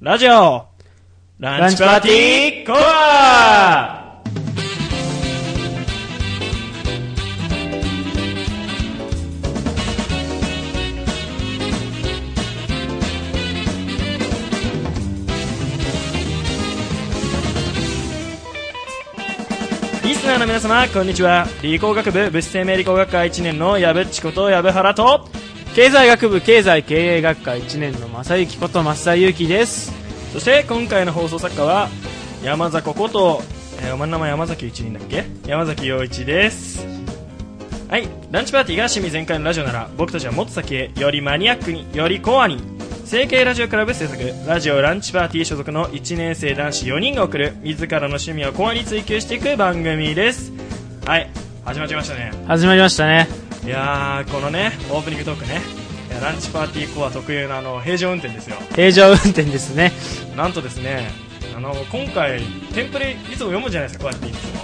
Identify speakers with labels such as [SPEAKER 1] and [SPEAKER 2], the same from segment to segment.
[SPEAKER 1] ラジオランチパーティーコアリスナーの皆様こんにちは理工学部物質生命理工学科1年の矢部っちこと矢部原と
[SPEAKER 2] 経済学部経済経営学科1年の正幸こと増田祐樹です
[SPEAKER 1] そして今回の放送作家は山崎こと、えーお前の名前山崎一人だっけ山崎陽一ですはいランチパーティーが趣味全開のラジオなら僕たちはもっと先へよりマニアックによりコアに成形ラジオクラブ制作ラジオランチパーティー所属の1年生男子4人が送る自らの趣味をコアに追求していく番組ですはい始まっちゃいましたね
[SPEAKER 2] 始まりましたね
[SPEAKER 1] いやーこのねオープニングトークねいやランチパーティーコア特有のあの平常運転ですよ
[SPEAKER 2] 平常運転ですね
[SPEAKER 1] なんとですねあの今回テンプレいつも読むじゃないですかこうやっていつも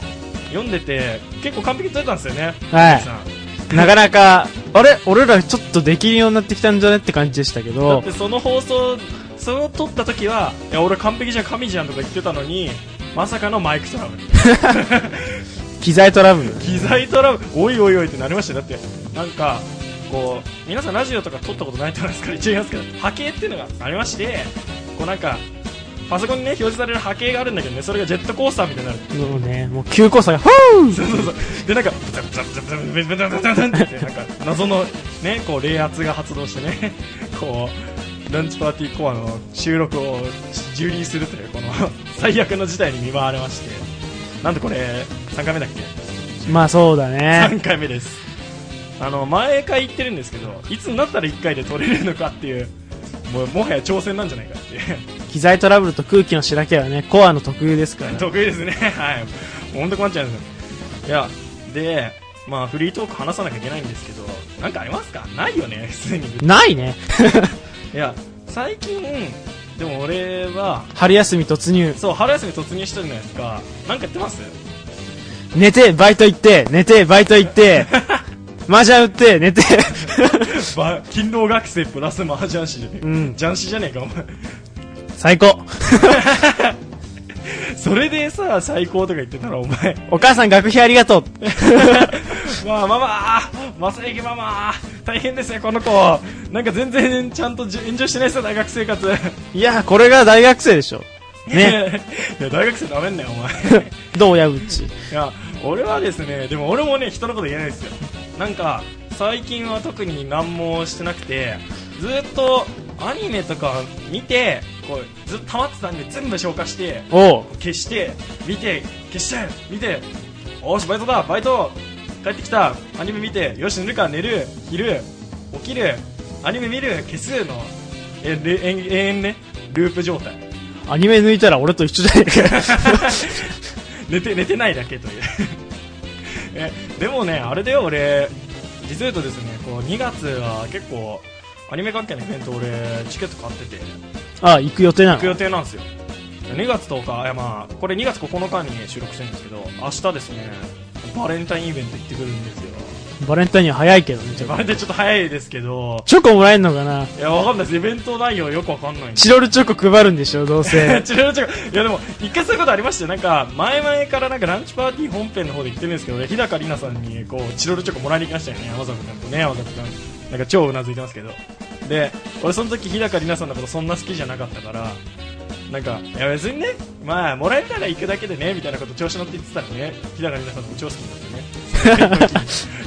[SPEAKER 1] 読んでて結構完璧に取れたんですよね
[SPEAKER 2] はい
[SPEAKER 1] さん
[SPEAKER 2] なかなかあれ俺らちょっとできるようになってきたんじゃねって感じでしたけ
[SPEAKER 1] だ
[SPEAKER 2] ど
[SPEAKER 1] ってその放送それを撮った時はいや俺完璧じゃん神じゃんとか言ってたのにまさかのマイクトラブル
[SPEAKER 2] 機材トラブル
[SPEAKER 1] 機材トラブルおいおいおいってなりましたよだってなんかこう皆さんラジオとか撮ったことないと思いますから一応言いますけど波形っていうのがありましてこうなんかパソコンにね表示される波形があるんだけどねそれがジェットコースターみたいになる
[SPEAKER 2] もうねもう急降差がふー
[SPEAKER 1] そうそうそうでなんかブツブツブツブツブツブツブツブツってなんか謎のねこう冷圧が発動してねこうランチパーティーコアの収録を蹂躙するというこの最悪の事態に見舞われましてなんでこれ3回目だっけ
[SPEAKER 2] まあそうだね
[SPEAKER 1] 3回目ですあの前回言ってるんですけどいつになったら1回で撮れるのかっていうもうもはや挑戦なんじゃないかっていう
[SPEAKER 2] 機材トラブルと空気のしらけはねコアの特有ですから
[SPEAKER 1] 得意ですね、はい、本当困っちゃうんですよ、いや、で、まあ、フリートーク話さなきゃいけないんですけど、なんかありますかないよね、普 通に。い
[SPEAKER 2] ないね
[SPEAKER 1] や、最近、でも俺は、
[SPEAKER 2] 春休み突入
[SPEAKER 1] そう、春休み突入したじゃないですか、なんかやってます
[SPEAKER 2] 寝てバイト行って寝てバイト行って 麻雀打って寝て
[SPEAKER 1] ば勤労学生プラスマージャン師じゃねえか、
[SPEAKER 2] うん
[SPEAKER 1] ジャン師じゃねえか、お前。
[SPEAKER 2] 最高
[SPEAKER 1] それでさ、最高とか言ってたら、お前、
[SPEAKER 2] お母さん学費ありがとう
[SPEAKER 1] まあママ、正行ママ、大変ですね、この子、なんか全然ちゃんとじ炎上してないですよ、大学生活。
[SPEAKER 2] いや、これが大学生でしょ。ね。
[SPEAKER 1] いや大学生なめんなよお前い
[SPEAKER 2] どうやうち。
[SPEAKER 1] や俺はですねでも俺もね人のこと言えないですよなんか最近は特に何もしてなくてずっとアニメとか見てこうずっと溜まってたんで全部消化して
[SPEAKER 2] おう。
[SPEAKER 1] 消して見て消して見ておーしバイトだバイト帰ってきたアニメ見てよし寝るか寝る昼起きるアニメ見る消すのえれ永遠ねループ状態
[SPEAKER 2] アニメ抜いたら俺と一緒じゃねえ かよ。
[SPEAKER 1] 寝て寝てないだけという えでもねあれだよ俺実を言うとですねこう2月は結構アニメ関係のイベント俺チケット買ってて
[SPEAKER 2] あ、行く予定な
[SPEAKER 1] 行く
[SPEAKER 2] の
[SPEAKER 1] 予定なんですよ2月10日いやまあこれ2月9日に収録してるんですけど明日ですねバレンタインイベント行ってくるんですよ
[SPEAKER 2] バレンタインには早いけどね。ちょっと
[SPEAKER 1] バレンタインちょっと早いですけど
[SPEAKER 2] チョコもらえんのかない
[SPEAKER 1] やわかんないですイベント内容よくわかんないんで
[SPEAKER 2] チロルチョコ配るんでしょ、どう せ。
[SPEAKER 1] 違う違ういやでも一回そういうことありましたよなんか前々からなんかランチパーティー本編の方で言ってるんですけどね日高里奈さんにこうチロルチョコもらいに行きましたよね山崎君とね山崎君なんか超うなずいてますけどで俺その時日高里奈さんのことそんな好きじゃなかったからなんかいや別にねまあもらえたら行くだけでねみたいなこと調子乗って言ってたらね日高里奈さんのこと超好きだったよね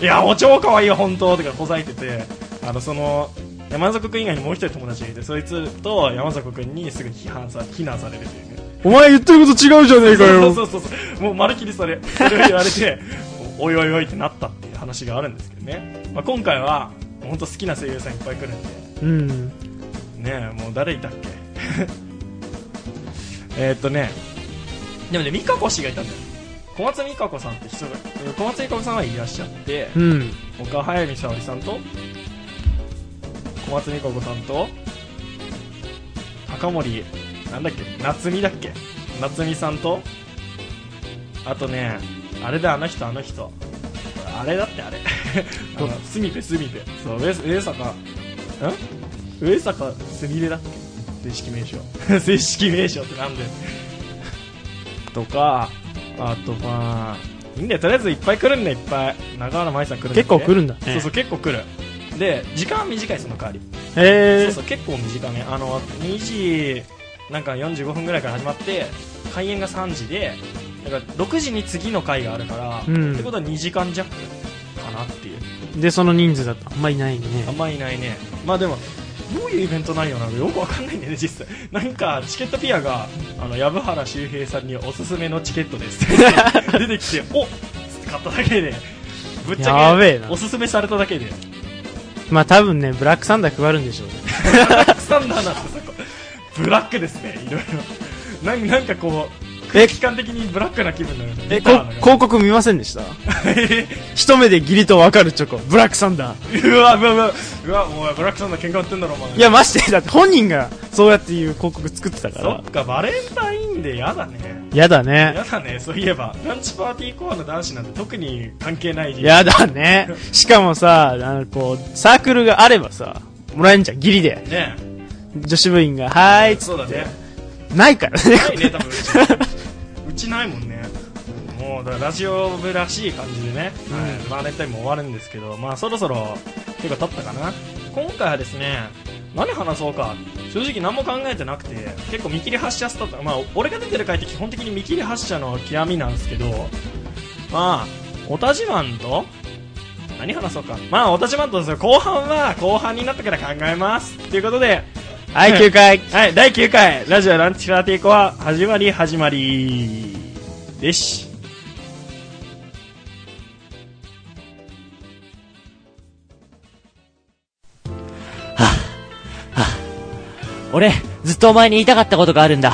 [SPEAKER 1] いやもう超可愛いよ本当とかこざいててあのその山里君以外にもう一人友達がいてそいつと山里君にすぐ批判さ非難されるというね
[SPEAKER 2] お前言ってること違うじゃねえか
[SPEAKER 1] そう
[SPEAKER 2] よ。
[SPEAKER 1] そうそうそうもうまるっきりそれそれを言われて おいおいおいってなったっていう話があるんですけどね、まあ、今回は本当好きな声優さんいっぱい来るんで
[SPEAKER 2] うん。
[SPEAKER 1] ねえもう誰いたっけ えーっとねでもね美香子氏がいたんだよ小松美香子さんって人が小松美香子さんはいらっしゃって
[SPEAKER 2] うん。
[SPEAKER 1] 他早見沙織さんと小松美香子さんと高森なんだっけ夏美だっけ夏美さんとあとねあれだあの人あの人あれだってあれあ のすみべすみべそう上上坂ん上坂すみれだっけ正式名称 正式名称ってなんだよ とかあとまあいいんだよとりあえずいっぱい来るんだよいっぱい中原舞さん来るんだよ
[SPEAKER 2] 結構来るんだ
[SPEAKER 1] そうそう結構来るで時間は短いその代わり
[SPEAKER 2] え
[SPEAKER 1] そうそう結構短めあの2時なんか45分ぐらいから始まって開演が3時でだから6時に次の回があるから、
[SPEAKER 2] うん
[SPEAKER 1] ってことは2時間弱かなっていう
[SPEAKER 2] ー、でその人数だとあんまいないね
[SPEAKER 1] あんまいないねまあでもどういうイベント内容なのかよくわかんないんだよね実際なんかチケットピアがあの藪原周平さんにおすすめのチケットですって 出てきておっつって買っただけでぶっち
[SPEAKER 2] や
[SPEAKER 1] ゃ
[SPEAKER 2] べ
[SPEAKER 1] け
[SPEAKER 2] えな
[SPEAKER 1] おすすめされただけで
[SPEAKER 2] まあ多分ねブラックサンダー配るんでしょうね
[SPEAKER 1] たくさんだなってそこ ブラックですねいろいろなんなんかこう空気感的にブラックな気分になるね
[SPEAKER 2] え
[SPEAKER 1] ギターの
[SPEAKER 2] こ広告見ませんでした 一目でギリとわかるチョコブラックサンダー
[SPEAKER 1] うわうわうわうわお前ブラックさんの喧嘩売ってんだろお前
[SPEAKER 2] いやましてだって本人がそうやっていう広告作ってたか
[SPEAKER 1] そ
[SPEAKER 2] ら
[SPEAKER 1] っかバレンタインデーやだね
[SPEAKER 2] やだね
[SPEAKER 1] やだねそういえばランチパーティーコアの男子なんて特に関係ない
[SPEAKER 2] やだねしかもさあのこうサークルがあればさもらえんじゃんギリで
[SPEAKER 1] ね
[SPEAKER 2] 女子部員が「はーい」っつ
[SPEAKER 1] そうだ ね
[SPEAKER 2] ってないからね
[SPEAKER 1] ないね多分うちうちないもんねもうだからラジオ部らしい感じでね、はいまあ熱帯も終わるんですけどまあそろそろ結構経ったかな今回はですね何話そうか正直何も考えてなくて結構見切り発車スタートまあ俺が出てる回って基本的に見切り発車の極みなんですけどまあオタジマンと何話そうかまあオタジマンとですよ後半は後半になってから考えますということで
[SPEAKER 2] はい9回
[SPEAKER 1] はい、第9回、ラジオランチパーティーコア、始まり始まりです。
[SPEAKER 3] 俺、ずっとお前に言いたかったことがあるんだ。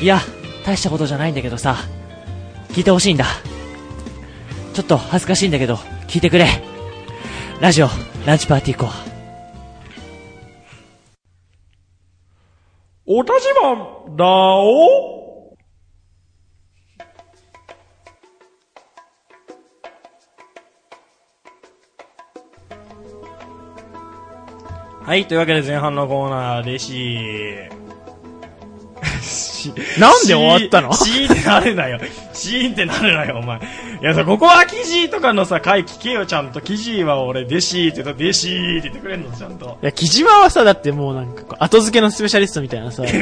[SPEAKER 3] いや、大したことじゃないんだけどさ、聞いてほしいんだ。ちょっと恥ずかしいんだけど、聞いてくれ。ラジオ、ランチパーティーコア。
[SPEAKER 1] おたじまんだおはい、というわけで前半のコーナーで し。
[SPEAKER 2] なんで終わったの
[SPEAKER 1] シーンってなるなよ。シーンってなるなよ、お前。いやさ、ここは記事とかのさ、回聞けよ、ちゃんと。記事は俺、弟子って言ったら、弟子って言ってくれんの、ちゃんと。
[SPEAKER 2] いや木島はさだってもうなんかこう後付けのスペシャリストみたいなさ
[SPEAKER 1] い や、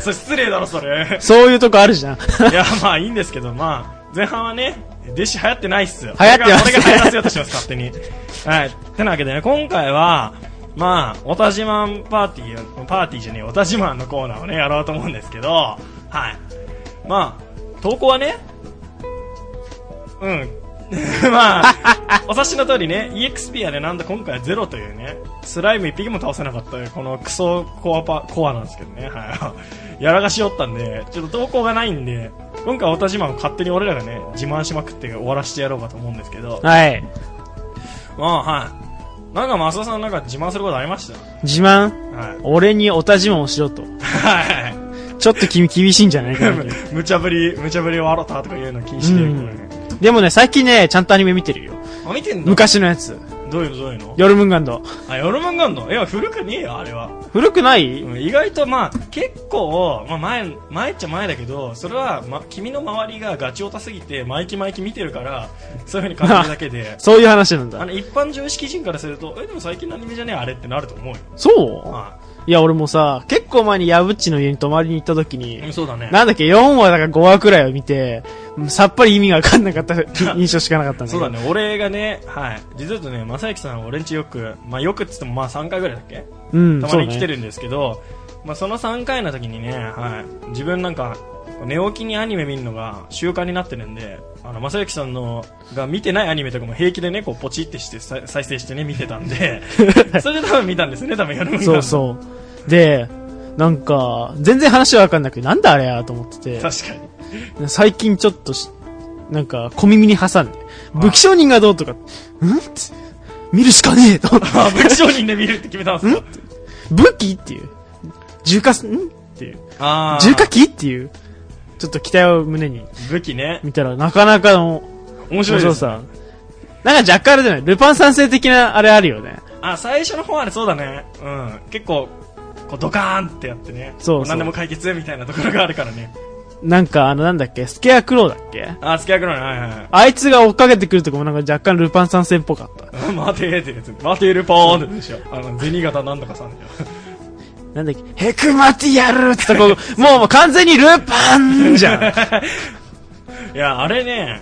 [SPEAKER 1] それ失礼だろ、それ。
[SPEAKER 2] そういうとこあるじゃん
[SPEAKER 1] い や、まあいいんですけど、まあ、前半はね、弟子流行ってないっすよ。
[SPEAKER 2] 流行ってま
[SPEAKER 1] 俺
[SPEAKER 2] す
[SPEAKER 1] が俺が流行らせようとします、勝手に。はい。てなわけでね、今回は、まあ、おたじまんパーティーを、パーティーじゃねえ、おたじまんのコーナーをね、やろうと思うんですけど、はい。まあ、投稿はね、うん。まあ、 お察しの通りね、EXP はね、なんだ今回はゼロというね、スライム一匹も倒せなかった、このクソコアパ、コアなんですけどね、はい。 やらかしおったんで、ちょっと投稿がないんで、今回はオタ自慢を勝手に俺らがね、自慢しまくって終わらせてやろうかと思うんですけど、
[SPEAKER 2] はい
[SPEAKER 1] まあはい。なんか増田さんなんか自慢することありました
[SPEAKER 2] 自慢
[SPEAKER 1] はい。
[SPEAKER 2] 俺におたじまんをしろと
[SPEAKER 1] はい。
[SPEAKER 2] ちょっと君 厳しいんじゃないかな
[SPEAKER 1] 無茶ぶり、無茶ぶりをあろたとか言うの禁止で、
[SPEAKER 2] うん
[SPEAKER 1] これね。
[SPEAKER 2] でもね最近ねちゃんとアニメ見てるよ
[SPEAKER 1] あ、見てんの
[SPEAKER 2] 昔のやつ
[SPEAKER 1] どういうのどういうの
[SPEAKER 2] ヨルムンガンド
[SPEAKER 1] あ、夜漫画あんのいや、古くねえよ、あれは。
[SPEAKER 2] 古くない
[SPEAKER 1] うん意外とまあ結構、まあ、前前っちゃ前だけどそれは、ま、君の周りがガチオタすぎてマイキマイキ見てるからそういうふうに感じるだけ で
[SPEAKER 2] そういう話なん
[SPEAKER 1] あ
[SPEAKER 2] だ
[SPEAKER 1] の一般常識人からするとえでも最近のアニメじゃねえあれってなると思うよ、
[SPEAKER 2] そう
[SPEAKER 1] はい
[SPEAKER 2] や俺もさ結構前にヤブっちの家に泊まりに行った時に
[SPEAKER 1] い、うんそうだね
[SPEAKER 2] なんだっけ4話だから5話くらいを見てうんさっぱり意味が分かんなかった 印象しかなかったんだけ
[SPEAKER 1] そ
[SPEAKER 2] ど
[SPEAKER 1] うだね俺がねはい実は言うとね正行さん俺んちよくまあよくっつってもまあ3回ぐらいだっけ
[SPEAKER 2] うん
[SPEAKER 1] た
[SPEAKER 2] そ
[SPEAKER 1] ま
[SPEAKER 2] う
[SPEAKER 1] に来て
[SPEAKER 2] ね
[SPEAKER 1] るんですけど、まあ、その3回の時にね、はい、自分なんか寝起きにアニメ見るのが習慣になってるんであの正幸さんのが見てないアニメとかも平気でねこうポチってして再再生してね見てたんで それで多分見たんですね多分やる
[SPEAKER 2] そう
[SPEAKER 1] う
[SPEAKER 2] そうでなんか全然話は分かんなくてなんだあれやと思ってて
[SPEAKER 1] 確かに
[SPEAKER 2] 最近ちょっとしなんか小耳に挟んで武器商人がどうとかうんって見るしかね えと思って
[SPEAKER 1] あ武器商人で見るって決めたんですか
[SPEAKER 2] 武器っていう重火すんっていう
[SPEAKER 1] あー
[SPEAKER 2] 重火器っていうちょっと期待を胸に
[SPEAKER 1] 武器ね
[SPEAKER 2] 見たらなかなかの
[SPEAKER 1] 面白
[SPEAKER 2] 面
[SPEAKER 1] いで
[SPEAKER 2] 白
[SPEAKER 1] す
[SPEAKER 2] さなんか若干あれじゃないルパン三世的なあれあるよね
[SPEAKER 1] あ最初の方はねそうだねうん結構こうドカーンってやってね
[SPEAKER 2] そうそう
[SPEAKER 1] こ何でも解決みたいなところがあるからね
[SPEAKER 2] なんか、あの、なんだっけ、スケアクローだっけ
[SPEAKER 1] あ付き合い黒いはいはいはい
[SPEAKER 2] あいつが追っかけてくるとこもなんか若干ルパン三世っぽかった。
[SPEAKER 1] あ 待てーってやつ待てるポーンでしょあの銭形なんとかさんでしょ
[SPEAKER 2] なんだっけ、ヘクマティアルって とこ、もうもう完全にルパンじゃん。
[SPEAKER 1] いや、あれね、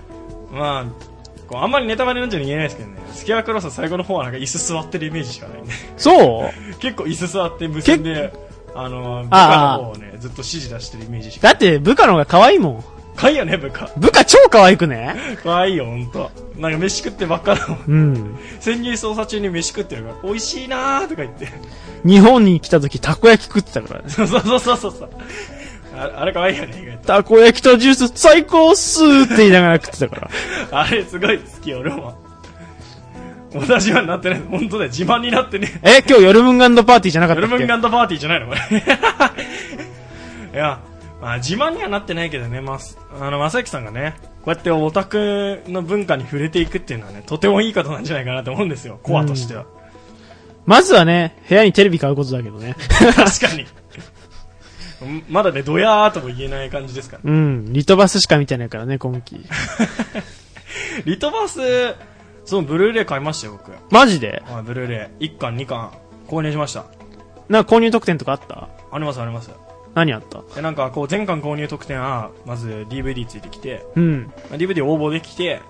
[SPEAKER 1] まあ、こうあんまりネタバレなんじゃ言えないですけどね、スキャークロスは最後の方はなんか椅子座ってるイメージしかないね。
[SPEAKER 2] そう
[SPEAKER 1] 結構椅子座って無線で、あの、部下
[SPEAKER 2] あ
[SPEAKER 1] の
[SPEAKER 2] ー
[SPEAKER 1] 方をね、ずっと指示出してるイメージしか
[SPEAKER 2] だって部下の方が可愛いもん。
[SPEAKER 1] かいよね、部下。
[SPEAKER 2] 部下超可愛くね
[SPEAKER 1] かわいいよ、ほんと。なんか飯食ってばっかだもん。
[SPEAKER 2] うん。
[SPEAKER 1] 潜入捜査中に飯食ってるから、美味しいなーとか言って。
[SPEAKER 2] 日本に来た時たこ焼き食ってたからね。
[SPEAKER 1] そうそうそうそうそう。あれあれかわいいよね、意外
[SPEAKER 2] たこ焼きとジュース最高っすーって言いながら食ってたから。
[SPEAKER 1] と。あれすごい好き、俺も。私はなってない。本当だよ、自慢になってね。
[SPEAKER 2] え、今日夜ムンガンドパーティーじゃなかっ
[SPEAKER 1] ヨ
[SPEAKER 2] た
[SPEAKER 1] ル
[SPEAKER 2] っ
[SPEAKER 1] ムンガ
[SPEAKER 2] け
[SPEAKER 1] ンドパーティーじゃないのこれ。 いや、まあ自慢にはなってないけどね、まあ、あの、まさゆきさんがね、こうやってオタクの文化に触れていくっていうのはね、とてもいいことなんじゃないかなと思うんですよ、コアとしては。
[SPEAKER 2] まずはね、部屋にテレビ買うことだけ どね。
[SPEAKER 1] 確かに。うんまだね、ドヤーとも言えない感じですから。
[SPEAKER 2] うん、リトバスしか見てないからね、今季。
[SPEAKER 1] リトバス、そのブルーレイ買いましたよ、僕。
[SPEAKER 2] マジで
[SPEAKER 1] はい、ブルーレイ。1巻、2巻、購入しました。
[SPEAKER 2] なんか購入特典とかあった
[SPEAKER 1] あります、あります。
[SPEAKER 2] 何あった
[SPEAKER 1] で、なんかこう、全巻購入特典は、まず DVD ついてきて、
[SPEAKER 2] うん。
[SPEAKER 1] DVD 応募できて、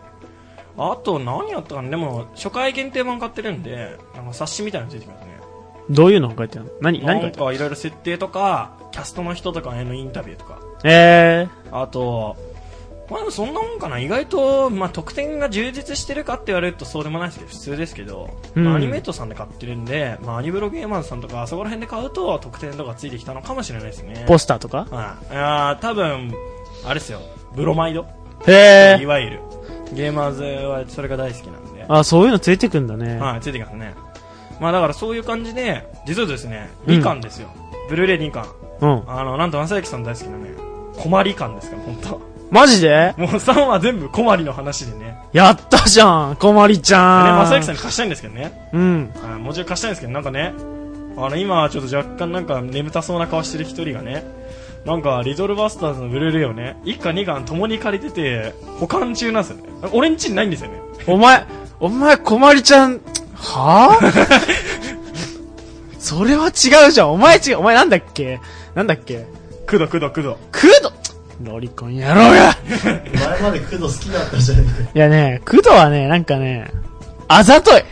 [SPEAKER 1] あと何やったかな、でも初回限定版買ってるんで、なんか冊子みたいなのついてきますね。
[SPEAKER 2] どういうの書いてあるの何、
[SPEAKER 1] な
[SPEAKER 2] 何書
[SPEAKER 1] ん
[SPEAKER 2] いてある
[SPEAKER 1] かいろいろ設定とか、キャストの人とかへのインタビューとか、
[SPEAKER 2] え
[SPEAKER 1] あと、まあでもそんなもんかな、意外と、まあ得点が充実してるかって言われるとそうでもないですけど、普通ですけど、
[SPEAKER 2] うん
[SPEAKER 1] まあアニメートさんで買ってるんで、まあアニブロゲーマーズさんとか、あそこら辺で買うと得点とかついてきたのかもしれないですね
[SPEAKER 2] ー、。ポスターとか
[SPEAKER 1] はい。あー多分、あれですよ、ブロマイド、
[SPEAKER 2] へ
[SPEAKER 1] い
[SPEAKER 2] ー。
[SPEAKER 1] わゆる。ゲーマーズはそれが大好きなんで。
[SPEAKER 2] あ、そういうのついてくんだね。
[SPEAKER 1] はい、ついてきますね。まあだからそういう感じで、実はですね、
[SPEAKER 2] うん
[SPEAKER 1] 2巻ですよ。ブルーレイ2巻。
[SPEAKER 2] うん。
[SPEAKER 1] あの、なんと、正幸さん大好きなね、コマリ巻ですから、本当
[SPEAKER 2] マジで
[SPEAKER 1] もう3は全部コマリの話でね。でね、
[SPEAKER 2] やったじゃんこまりちゃん
[SPEAKER 1] 正幸さんに貸したいんですけどね。
[SPEAKER 2] うん。
[SPEAKER 1] あもちろん貸したいんですけど、なんかね、あの、今ちょっと若干なんか眠たそうな顔してる一人がね、なんか、リトルバスターズのブルーレイをね、1巻2巻ともに借りてて、保管中なんですよね。俺んちにないんですよね。
[SPEAKER 2] お前、お前、こまりちゃん、はぁ それは違うじゃん。お前違う。お前なんだっけなんだっけ
[SPEAKER 1] くどくどくど。
[SPEAKER 2] クドロリコン野郎が
[SPEAKER 4] 前まで工藤好きだったじゃねえか
[SPEAKER 2] いやね、クドはね、なんかね、あざとい。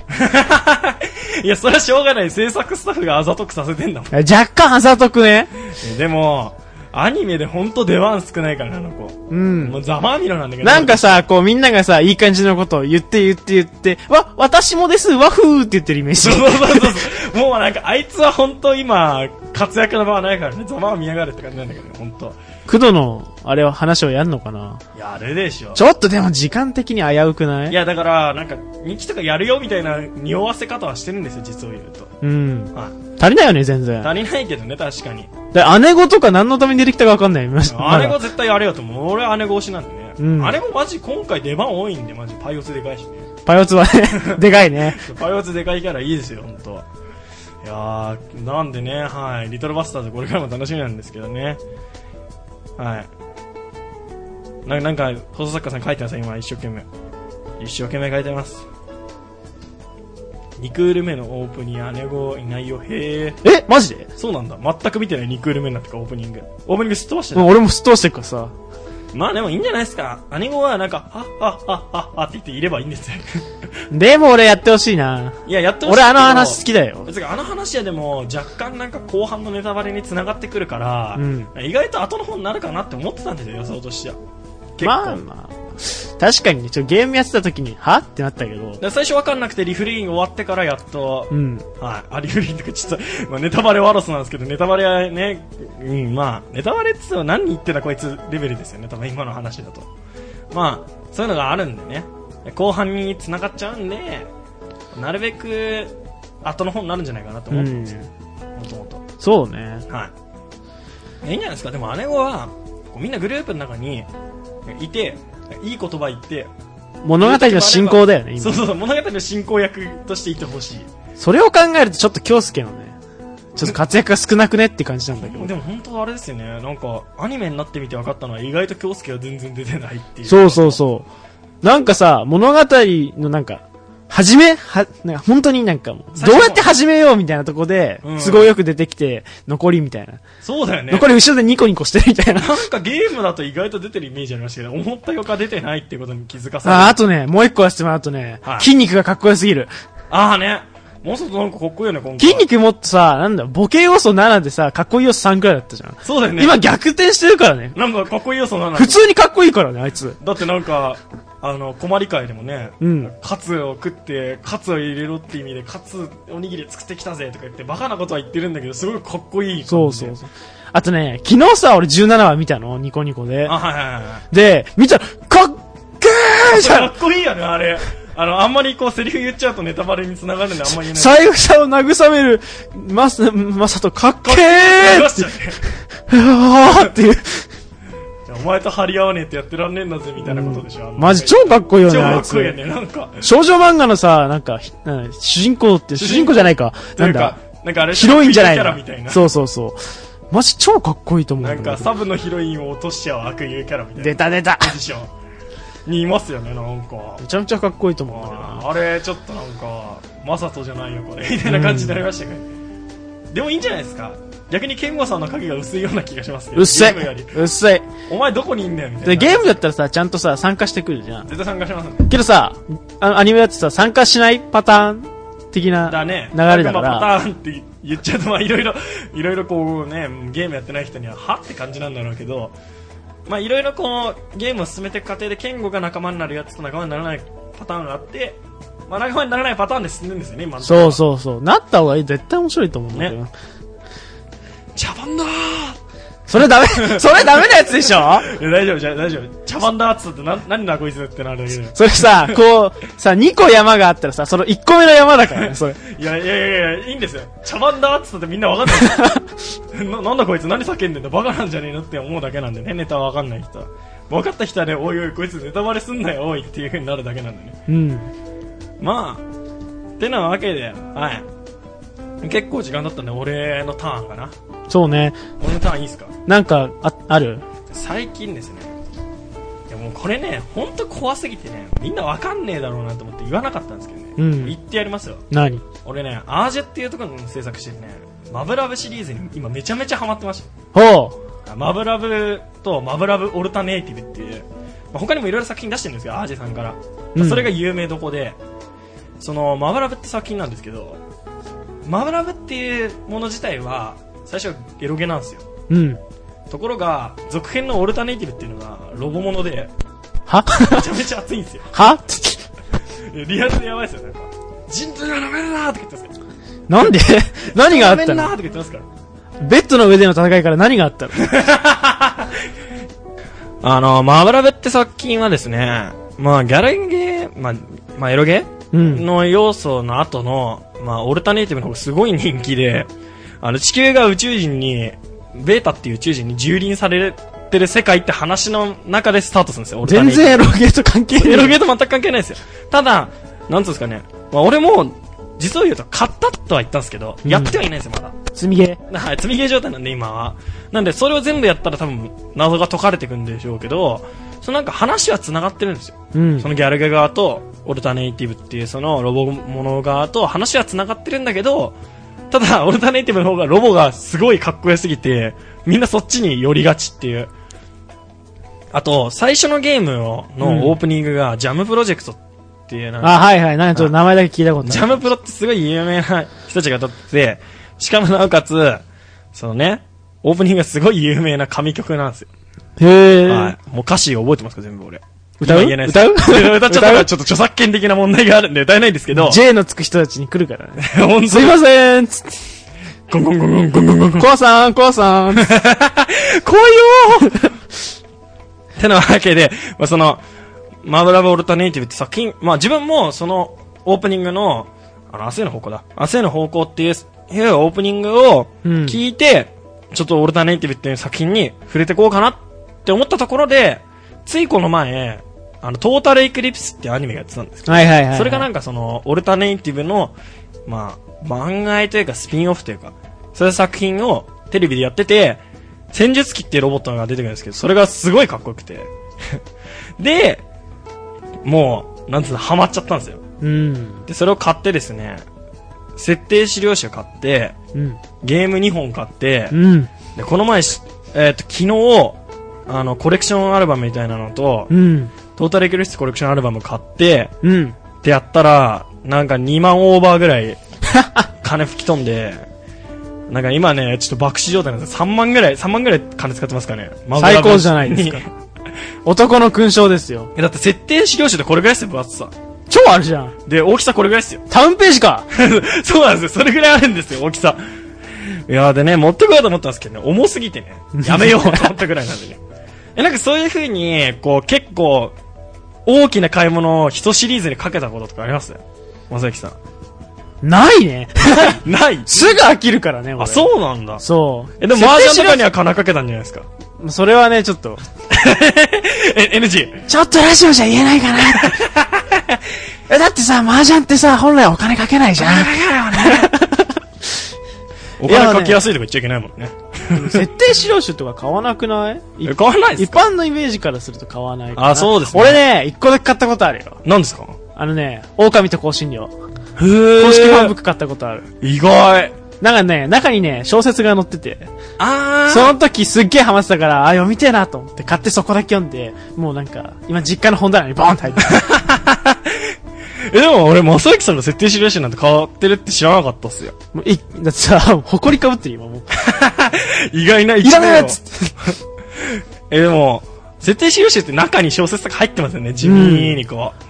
[SPEAKER 1] いや、それはしょうがない。制作スタッフがあざとくさせてんだもん。
[SPEAKER 2] 若干あざとくね。
[SPEAKER 1] えでも、アニメでほんと出番少ないからな、あの子。
[SPEAKER 2] う
[SPEAKER 1] も
[SPEAKER 2] ん。
[SPEAKER 1] うざまみろなんだけど。
[SPEAKER 2] なんか、さ、こうみんながさ、いい感じのことを言って言って言って、わ、私もです、わふーって言ってるイメージ
[SPEAKER 1] そう。そうそうそう。もうなんか、あいつはほんと今、活躍の場はないからね、ざま見やがれって感じなんだけどね、ほんと。
[SPEAKER 2] クドの、あれは話をやんのかな
[SPEAKER 1] やるでしょ。
[SPEAKER 2] ちょっとでも時間的に危うくない
[SPEAKER 1] いや、だから、なんか、日記とかやるよみたいな匂わせ方はしてるんですよ、実を言うと。
[SPEAKER 2] うん。
[SPEAKER 1] は
[SPEAKER 2] 足りないよね、全然。
[SPEAKER 1] い。足りないけどね、確かに。
[SPEAKER 2] で、姉子とか何のために出てきたか分かんない。まだ
[SPEAKER 1] 姉子絶対やれよと思う。俺は姉子推しなんでね。
[SPEAKER 2] うん
[SPEAKER 1] 姉子マジ今回出番多いんで、マジパイオツでかいしね。
[SPEAKER 2] パイオ ツはね、でかいね。
[SPEAKER 1] パイオツでかいキャラいいですよ、本当。いやー、なんでね、はい、リトルバスターズこれからも楽しみなんですけどね。はい。ななんか、放送作家さん書いてますよ、今、一生懸命。一生懸命書いてます。2クール目のオープニング、姉子いないよ、へえ。
[SPEAKER 2] えマジで
[SPEAKER 1] そうなんだ。全く見てない、2クール目になってから、オープニング。オープニングすっ飛ばして
[SPEAKER 2] も
[SPEAKER 1] る。
[SPEAKER 2] う俺もすっ通してるからさ。
[SPEAKER 1] まあでもいいんじゃないですか。姉子はなんか、はっはっはっはっはって言っていればいいんですよ。
[SPEAKER 2] でも俺やってほしいな。
[SPEAKER 1] いや、やってほしいけ
[SPEAKER 2] 俺
[SPEAKER 1] ど
[SPEAKER 2] あの話好きだよ。
[SPEAKER 1] 別にあの話はでも若干なんか後半のネタバレに繋がってくるから、
[SPEAKER 2] うん
[SPEAKER 1] 意外と後の方になるかなって思ってたんですよ予想としては結構、
[SPEAKER 2] まあまあ。確かにね、ちょ、ゲームやってた時に、はってなったけど。
[SPEAKER 1] で最初わかんなくてリフリーン終わってからやっと、
[SPEAKER 2] うん。
[SPEAKER 1] はい、あリフリーンとかちょっと、ま あ、ネタバレワロスなんですけどネタバレはね、うん、まあネタバレっつっても何言ってたこいつレベルですよね多分今の話だとまあそういうのがあるんでね後半に繋がっちゃうんでなるべく後の方になるんじゃないかなと
[SPEAKER 2] う
[SPEAKER 1] 思ってますよ、
[SPEAKER 2] ん。
[SPEAKER 1] もともと
[SPEAKER 2] そう
[SPEAKER 1] は
[SPEAKER 2] ね。
[SPEAKER 1] い。いやいいんじゃないですか。でも姉子は、こうみんなグループの中にいて、いい言葉言って、
[SPEAKER 2] 物語の進行だよね、
[SPEAKER 1] そ
[SPEAKER 2] 今
[SPEAKER 1] う。そうそう、物語の進行役としていてほしい。
[SPEAKER 2] それを考えるとちょっと京介のね、ちょっと活躍が少なくねって感じなんだけど。
[SPEAKER 1] でも本当あれですよねなんかアニメになってみて分かったのは意外と京介は全然出てないっていう
[SPEAKER 2] そうそうそう。なんかさ、物語のなんか、始めは、なんか本当になんかもう、
[SPEAKER 1] 最
[SPEAKER 2] ど
[SPEAKER 1] 初
[SPEAKER 2] う
[SPEAKER 1] の
[SPEAKER 2] やって始めようみたいなとこで
[SPEAKER 1] うん、
[SPEAKER 2] 都合よく出てきて、残りみたいな。
[SPEAKER 1] そうだよね
[SPEAKER 2] 残り後ろでニコニコしてるみたいな。
[SPEAKER 1] なんかゲームだと意外と出てるイメージありましたけど思ったよりか出てないってことに気づか
[SPEAKER 2] あ、
[SPEAKER 1] さ
[SPEAKER 2] あとね、もう一個はしてもらうとね、
[SPEAKER 1] はい
[SPEAKER 2] 筋肉がかっこよすぎる。
[SPEAKER 1] れるああねもうちょっとなんかかっこいいよね今回
[SPEAKER 2] 筋肉もっとさ、なんだ、ボケ要素7でさ、かっこいい要素3くらいだったじゃん。
[SPEAKER 1] そうだよね
[SPEAKER 2] 今逆転してるからね。
[SPEAKER 1] なんかかっこいい要素なの
[SPEAKER 2] 普通にかっこいいからね、あいつ。
[SPEAKER 1] だってなんかあの困り会でもね、
[SPEAKER 2] うん
[SPEAKER 1] カツを食ってカツを入れろって意味でカツおにぎり作ってきたぜとか言ってバカなことは言ってるんだけどすごいかっこいい
[SPEAKER 2] そうそうそう。あとね、昨日さ、俺17話見たの、ニコニコで
[SPEAKER 1] あ。はいはいはい
[SPEAKER 2] で、見たら、かっけーじゃ
[SPEAKER 1] か
[SPEAKER 2] ん
[SPEAKER 1] っこいいよねあれあのあんまりこうセリフ言っちゃうとネタバレにつながるんであんまり言えない
[SPEAKER 2] 最悪者を慰める、まさ、まさとかっけー
[SPEAKER 1] 流
[SPEAKER 2] っ
[SPEAKER 1] してちゃうね
[SPEAKER 2] あーっていう。
[SPEAKER 1] じゃあお前と張り合わねえってやってらんねえんだぜみたいなことでしょ、あの
[SPEAKER 2] マジ超かっこいいよね、
[SPEAKER 1] 超
[SPEAKER 2] あ
[SPEAKER 1] か
[SPEAKER 2] い
[SPEAKER 1] っこいいよ
[SPEAKER 2] つ。
[SPEAKER 1] ねなんか
[SPEAKER 2] 少女漫画のさ、なんか、ひうん主人公って、主人公じゃないか。
[SPEAKER 1] と
[SPEAKER 2] ないん
[SPEAKER 1] うか
[SPEAKER 2] だ。
[SPEAKER 1] なんかあれ
[SPEAKER 2] ヒロインじゃない
[SPEAKER 1] ヒロキャラみたい
[SPEAKER 2] の。
[SPEAKER 1] な
[SPEAKER 2] そうそうそう。マジ超かっこいいと思う
[SPEAKER 1] なんん
[SPEAKER 2] だ
[SPEAKER 1] か
[SPEAKER 2] け
[SPEAKER 1] サブのヒロインを落としちゃう悪友キャラみたいな
[SPEAKER 2] ど。出た出た。
[SPEAKER 1] ポジションにいますよねなんか
[SPEAKER 2] めちゃめちゃかっこいいと思うんだけど
[SPEAKER 1] あーあれちょっとなんかマサトじゃない よこれみたいな感じになりましたけど、でもいいんじゃないですか逆にケンゴさんの影が薄いような気がしますけど
[SPEAKER 2] うっせ
[SPEAKER 1] ゲームより
[SPEAKER 2] え。うっせえ。
[SPEAKER 1] お前どこにいんだよみたいな
[SPEAKER 2] で、ゲームだったらさ、ちゃんとさ、参加してくるじゃん。
[SPEAKER 1] 絶対参加しますね
[SPEAKER 2] けどさ、あのアニメだってさ、参加しないパターン的な
[SPEAKER 1] だね
[SPEAKER 2] 流れ
[SPEAKER 1] な
[SPEAKER 2] だか
[SPEAKER 1] んまあパ
[SPEAKER 2] ら。
[SPEAKER 1] ターンって言っちゃうとまあいろい ろいろいろこうねゲームやってない人にははって感じなんだろうけどまあいろいろこうゲームを進めていく過程でケンゴが仲間になるやつと仲間にならないパターンがあってまあ仲間にならないパターンで進んでるんですよね今のところ
[SPEAKER 2] そうそうそう。なった方がいい。絶対面白いと思うんだけど。
[SPEAKER 1] 茶番だー
[SPEAKER 2] それダメ、 それダメなやつでしょ
[SPEAKER 1] いや大丈夫じゃ大丈夫茶番だっつってな何だこいつってなるだけで
[SPEAKER 2] それさ、こう、さ、2個山があったらさ、その1個目の山だからね、 それ。
[SPEAKER 1] いやいやいやいやいいんですよ茶番だっつってみんなわかんない ななんだこいつ何叫んでんだバカなんじゃねえのって思うだけなんでねネタわかんない人は分かった人はねおいおいこいつネタバレすんなよおいっていう風になるだけなんでね
[SPEAKER 2] うん。
[SPEAKER 1] まあてなわけではい結構時間だったんで俺のターンかな
[SPEAKER 2] そうね。
[SPEAKER 1] 俺のターンいいっすか
[SPEAKER 2] なんか、あ、ある
[SPEAKER 1] 最近ですねいやもうこれね本当怖すぎてねみんなわかんねえだろうなと思って言わなかったんですけどね、
[SPEAKER 2] うん
[SPEAKER 1] 言ってやりますよ
[SPEAKER 2] 何
[SPEAKER 1] 俺ねアージェっていうところの制作してるねマブラブシリーズに今めちゃめちゃハマってまし
[SPEAKER 2] ほ
[SPEAKER 1] たマブラブとマブラブオルタネイティブっていう、まあ他にもいろいろ作品出してるんですけどアージェさんから、まあ
[SPEAKER 2] うん
[SPEAKER 1] それが有名どこでそのマブラブって作品なんですけどマブラブっていうもの自体は最初はエロゲなんですよ
[SPEAKER 2] う。うん。
[SPEAKER 1] ところが続編のオルタネイティブっていうのがロボもので
[SPEAKER 2] は
[SPEAKER 1] めちゃめちゃ熱いんですよ
[SPEAKER 2] は
[SPEAKER 1] リアルでやばいですよなんか人類はなめるなーって言ってますから
[SPEAKER 2] なんで 何があっ
[SPEAKER 1] なめ
[SPEAKER 2] た
[SPEAKER 1] るなー
[SPEAKER 2] の
[SPEAKER 1] って言ってますから
[SPEAKER 2] ベッドの上での戦いから何があったの
[SPEAKER 1] あの、マブラブって作品はですね、まあ、ギャルゲー、まあ、まあ、エロゲ
[SPEAKER 2] うん。
[SPEAKER 1] の要素の後の、まあ、オルタネイティブの方がすごい人気で、あの、地球が宇宙人に、ベータっていう宇宙人に蹂躙されてる世界って話の中でスタートするんですよ、オルタ
[SPEAKER 2] 全
[SPEAKER 1] ネイティ
[SPEAKER 2] 然エロゲーと関係
[SPEAKER 1] ブ。エロ
[SPEAKER 2] ない。
[SPEAKER 1] ゲーと全く関係ないですよ。ただ、なんつうんですかね、まあ、俺も、実を言うと買ったとは言ったんですけど、
[SPEAKER 2] うん
[SPEAKER 1] やってはいないんですよ、まだ。
[SPEAKER 2] 積みゲー。
[SPEAKER 1] はい、 積みゲー状態なんで今は。なんで、それを全部やったら多分、謎が解かれていくんでしょうけど、そのなんか話は繋がってるんですよ。
[SPEAKER 2] うん
[SPEAKER 1] そ。のギャルゲ側と、オルタネイティブっていうそのロボもの側と話は繋がってるんだけど、ただ、オルタネイティブの方がロボがすごいかっこよすぎて、みんなそっちに寄りがちっていう。あと、最初のゲーム
[SPEAKER 2] うん
[SPEAKER 1] のオープニングが、ジャムプロジェクトっていうなんか
[SPEAKER 2] あ、はいはい。なんかちょっと名前だけ聞いたこ と
[SPEAKER 1] ジ
[SPEAKER 2] あ
[SPEAKER 1] ャ
[SPEAKER 2] る。
[SPEAKER 1] ムプロってすごい有名な人たちが撮ってて、しかもなおかつ、そのね、オープニングがすごい有名な神曲なんですよ。
[SPEAKER 2] へえ。
[SPEAKER 1] はい。もう歌詞覚えてますか全部俺。
[SPEAKER 2] 歌う
[SPEAKER 1] 今言えないです
[SPEAKER 2] 歌う
[SPEAKER 1] 歌っちゃった からちょっと著作権的な問題があるんで歌えないんですけど、
[SPEAKER 2] J のつく人たちに来るからね。
[SPEAKER 1] ほん
[SPEAKER 2] すいませんつって。
[SPEAKER 1] ゴンゴンゴンゴンゴンゴンゴン。
[SPEAKER 2] コアさん、コア さん。
[SPEAKER 1] 怖いよーてなわけで、まあ、その、マブラブオルタネイティブって作品、まあ、自分もそのオープニングの、あの、明日への方向だ。明日への方向っていういうオープニングを
[SPEAKER 2] うん
[SPEAKER 1] 聞いて、ちょっとオルタネイティブっていう作品に触れてこうかなって思ったところで、ついこの前、あの、トータルエクリプスっていうアニメがやってたんですけど、
[SPEAKER 2] はいはいはい。
[SPEAKER 1] それがなん
[SPEAKER 2] か、
[SPEAKER 1] かその、オルタネイティブの、まあ、番外というかスピンオフというか、そういう作品をテレビでやってて、戦術機っていうロボットが出てくるんですけど、それがすごいかっこよくて。 で、もう、なんつうの、ハマっちゃったんですよ。
[SPEAKER 2] うん。
[SPEAKER 1] で、それを買ってですね、設定資料集買って、
[SPEAKER 2] うん。
[SPEAKER 1] ゲーム2本買って、
[SPEAKER 2] うん。
[SPEAKER 1] でこの前し、えっ、と、昨日、あの、コレクションアルバムみたいなのと
[SPEAKER 2] う、ん。
[SPEAKER 1] トータルエクリスコレクションアルバム買って、
[SPEAKER 2] うん。
[SPEAKER 1] ってやったら、なんか2万オーバーぐらい、金吹き飛んで、 なんか今ね、ちょっと爆死状態なんです3万ぐらい、3万ぐらい金使ってますかね。
[SPEAKER 2] 最高じゃないですか
[SPEAKER 1] に。
[SPEAKER 2] 男の勲章ですよ。
[SPEAKER 1] えだって設定資料集でこれぐらいですよ、分厚さ。
[SPEAKER 2] 超あるじゃん。
[SPEAKER 1] で、大きさこれぐらいですよ。
[SPEAKER 2] タウンページか。
[SPEAKER 1] そうなんですよ。それぐらいあるんですよ、大きさ。いやーでね、持ってこようと思ったんですけどね、重すぎてね、やめようと思ったぐらいなんでね。 え、なんかそういう風に、こう、結構、大きな買い物を一シリーズにかけたこととかありますまさゆきさ
[SPEAKER 2] ない ね。
[SPEAKER 1] ん。ない
[SPEAKER 2] すぐ飽きるからね、俺
[SPEAKER 1] あ、そうなんだ。
[SPEAKER 2] そう。
[SPEAKER 1] え、でも麻
[SPEAKER 2] 設
[SPEAKER 1] 雀
[SPEAKER 2] 定資
[SPEAKER 1] と
[SPEAKER 2] 料
[SPEAKER 1] かには金かけたんじゃないですか。
[SPEAKER 2] それはね、ちょっと。
[SPEAKER 1] え、NG。
[SPEAKER 2] ちょっとラジオじゃ言えない かなってえ、だってさ、麻雀ってさ、本来お金かけないじゃん。
[SPEAKER 1] お
[SPEAKER 2] いや
[SPEAKER 1] 金
[SPEAKER 2] ね
[SPEAKER 1] かけやすいとか言っちゃいけないもんね。
[SPEAKER 2] 設定資料集とか買わなくない
[SPEAKER 1] え、買わないで
[SPEAKER 2] 一
[SPEAKER 1] すか
[SPEAKER 2] 般のイメージからすると買わないかな
[SPEAKER 1] あそうですね
[SPEAKER 2] 俺ね、一個だけ買ったことあるよ。
[SPEAKER 1] 何ですか
[SPEAKER 2] あのね、狼と香辛料。
[SPEAKER 1] へー
[SPEAKER 2] 公式ファンブック買ったことある。
[SPEAKER 1] 意外。
[SPEAKER 2] なんかね、中にね、小説が載ってて、
[SPEAKER 1] あ
[SPEAKER 2] その時すっげえハマってたから、あ、読みてえなと思って買ってそこだけ読んで、もうなんか、今実家の本棚にボーンって入っ てた。
[SPEAKER 1] え、でも俺、正幸さんの設定資料集なんて変わってるって知らなかったっすよ。
[SPEAKER 2] もうい、だってさ、誇りかぶってる今もう。
[SPEAKER 1] 意外な一
[SPEAKER 2] い
[SPEAKER 1] 面を
[SPEAKER 2] らないやつって
[SPEAKER 1] え、でも、設定資料集って中に小説とか入ってますよね、地味にこう。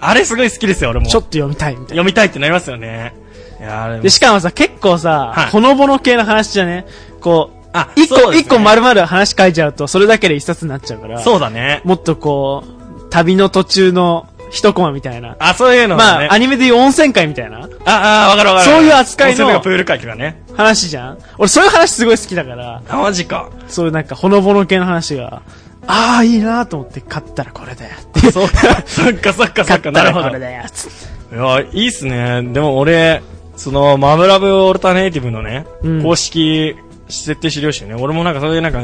[SPEAKER 1] あれすごい好きですよ、俺も。
[SPEAKER 2] ちょっと読みたいみたいな。
[SPEAKER 1] 読みたいってなりますよね。いやーあれも
[SPEAKER 2] で、しかもさ、結構さ、
[SPEAKER 1] はい
[SPEAKER 2] ほのぼの系の話じゃね、こう、
[SPEAKER 1] あ
[SPEAKER 2] 一
[SPEAKER 1] そう
[SPEAKER 2] 個、
[SPEAKER 1] ですね
[SPEAKER 2] 一個丸々話書いちゃうと、それだけで一冊になっちゃうから、
[SPEAKER 1] そうだね。
[SPEAKER 2] もっとこう、旅の途中の一コマみたいな。
[SPEAKER 1] あ、そういうのね。
[SPEAKER 2] まあ、アニメでいう温泉会みたいな
[SPEAKER 1] あ、あ、わかるわかる。
[SPEAKER 2] そういう扱いの
[SPEAKER 1] 温泉とかプール会とかね。
[SPEAKER 2] 話じゃん俺そういう話すごい好きだから、
[SPEAKER 1] あ、マジか。
[SPEAKER 2] そういうなんかほのぼの系の話が、ああ、いいなと思って買ったらこれだよって。
[SPEAKER 1] そうか、そっかそっかそっ
[SPEAKER 2] 買
[SPEAKER 1] か、
[SPEAKER 2] った
[SPEAKER 1] なる
[SPEAKER 2] ら
[SPEAKER 1] ほ
[SPEAKER 2] こ
[SPEAKER 1] ど。
[SPEAKER 2] れ
[SPEAKER 1] い
[SPEAKER 2] だよつって
[SPEAKER 1] や、いいっすね。でも俺、その、マブラブオルタネイティブのね、
[SPEAKER 2] うん
[SPEAKER 1] 公式設定資料集ね、俺もなんかそういうなんか、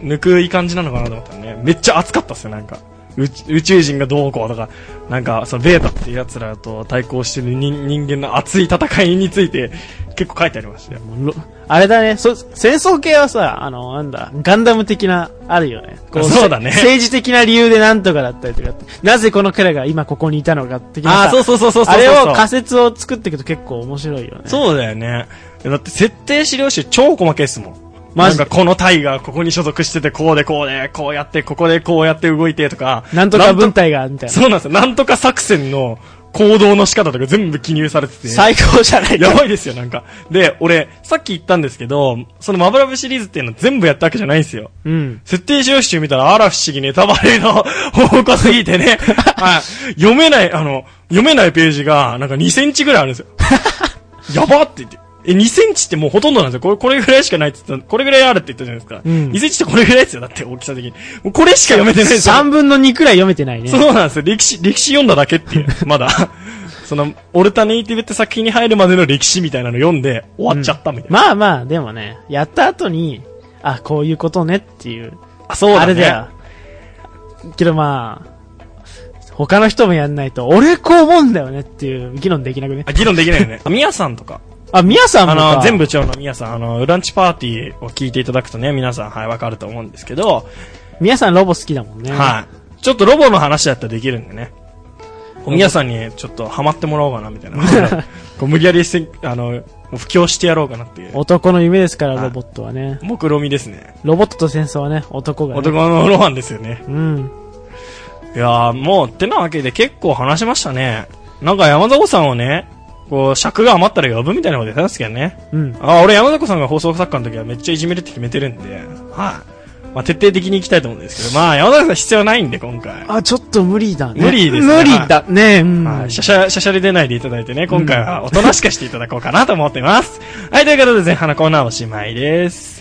[SPEAKER 1] ぬくい感じなのかなと思ったらね、めっちゃ熱かったっすよ、なんか。宇宙宇宙人がどうこうとか、なんか、そのベータっていう奴らと対抗してる人人間の熱い戦いについて、結構書いてありましたよ。
[SPEAKER 2] もうろあれだね、そ、戦争系はさ、あの、なんだ、ガンダム的な、あるよね。こ
[SPEAKER 1] そうだね
[SPEAKER 2] せ政治的な理由でなんとかだったりとかって、なぜこの彼が今ここにいたのか的なさ。
[SPEAKER 1] あー、そうそうそうそうそうそう。
[SPEAKER 2] あれを仮説を作っていくと結構面白いよね。
[SPEAKER 1] そうだよね。だって設定資料集超細けいっすもん。
[SPEAKER 2] マ
[SPEAKER 1] な
[SPEAKER 2] ジ
[SPEAKER 1] んかこの隊がここに所属してて、こうでこうで、こうやって、ここでこうやって動いてとか。
[SPEAKER 2] なんとか文隊が、みたいな。
[SPEAKER 1] そうなんですよ。なんとか作戦の行動の仕方とか全部記入されてて。
[SPEAKER 2] 最高じゃない
[SPEAKER 1] やばいですよ、なんか。で、俺、さっき言ったんですけど、そのマブラブシリーズっていうのは全部やったわけじゃないんですよ。
[SPEAKER 2] うん。
[SPEAKER 1] 設定資料集見たら、あら不思議ネタバレの方向すぎてね。はい。読めない、あの、読めないページが、なんか2センチぐらいあるん ですよ。やばって言って。え、2センチってもうほとんどなんですよ。これ、これぐらいしかないって言った、これぐらいあるって言ったじゃないですか。
[SPEAKER 2] うん
[SPEAKER 1] 2センチってこれぐらいですよ。だって大きさ的に。もうこれしか読めてないんですよ。
[SPEAKER 2] 3分の2くらい読めてないね。
[SPEAKER 1] そうなんですよ。歴史、歴史読んだだけ っていう。まだ。その、オルタネイティブって作品に入るまでの歴史みたいなの読んで、終わっちゃったみたいな。
[SPEAKER 2] まあまあ、でもね、やった後に、あ、こういうことねっていう。
[SPEAKER 1] あ、そう
[SPEAKER 2] あ
[SPEAKER 1] だね。
[SPEAKER 2] れだよ。けどまあ、他の人もやんないと、俺こう思うんだよねっていう議論できなくね
[SPEAKER 1] あ、。議論できないよね。あ、 ミヤさんとか。
[SPEAKER 2] あ、みやさんも
[SPEAKER 1] あ
[SPEAKER 2] か
[SPEAKER 1] の、全部長の皆さん、あの、ランチパーティーを聞いていただくとね、皆さん、はい、わかると思うんですけど、
[SPEAKER 2] みやさんロボ好きだもんね。
[SPEAKER 1] はい。ちょっとロボの話だったらできるんでね。こう皆さんにちょっとハマってもらおうかな、みたい な。こう無理やりせん、あの、もう布教してやろうかなっていう。
[SPEAKER 2] 男の夢ですから、
[SPEAKER 1] はい
[SPEAKER 2] ロボットはね。
[SPEAKER 1] 目論みですね。
[SPEAKER 2] ロボットと戦争はね、男が、ね。
[SPEAKER 1] 男のロマンですよね。
[SPEAKER 2] うん。
[SPEAKER 1] いやー、もう、ってなわけで結構話しましたね。なんか山迫さんをね、こう、尺が余ったら呼ぶみたいなこと言ってたんですけどね。
[SPEAKER 2] うん。
[SPEAKER 1] あ、俺山迫さんが放送作家の時はめっちゃいじめるって決めてるんで、はい、まあ、徹底的に行きたいと思うんですけど、まあ、山迫さん必要ないんで、今回。
[SPEAKER 2] あ、ちょっと無理だね。
[SPEAKER 1] 無理ですね
[SPEAKER 2] 無理だね。うん。
[SPEAKER 1] はい、しゃしゃ、しゃしゃり出ないでいただいてね、今回はおとなしくしていただこうかなと思ってます。はい、ということで前半のコーナーおしまいです。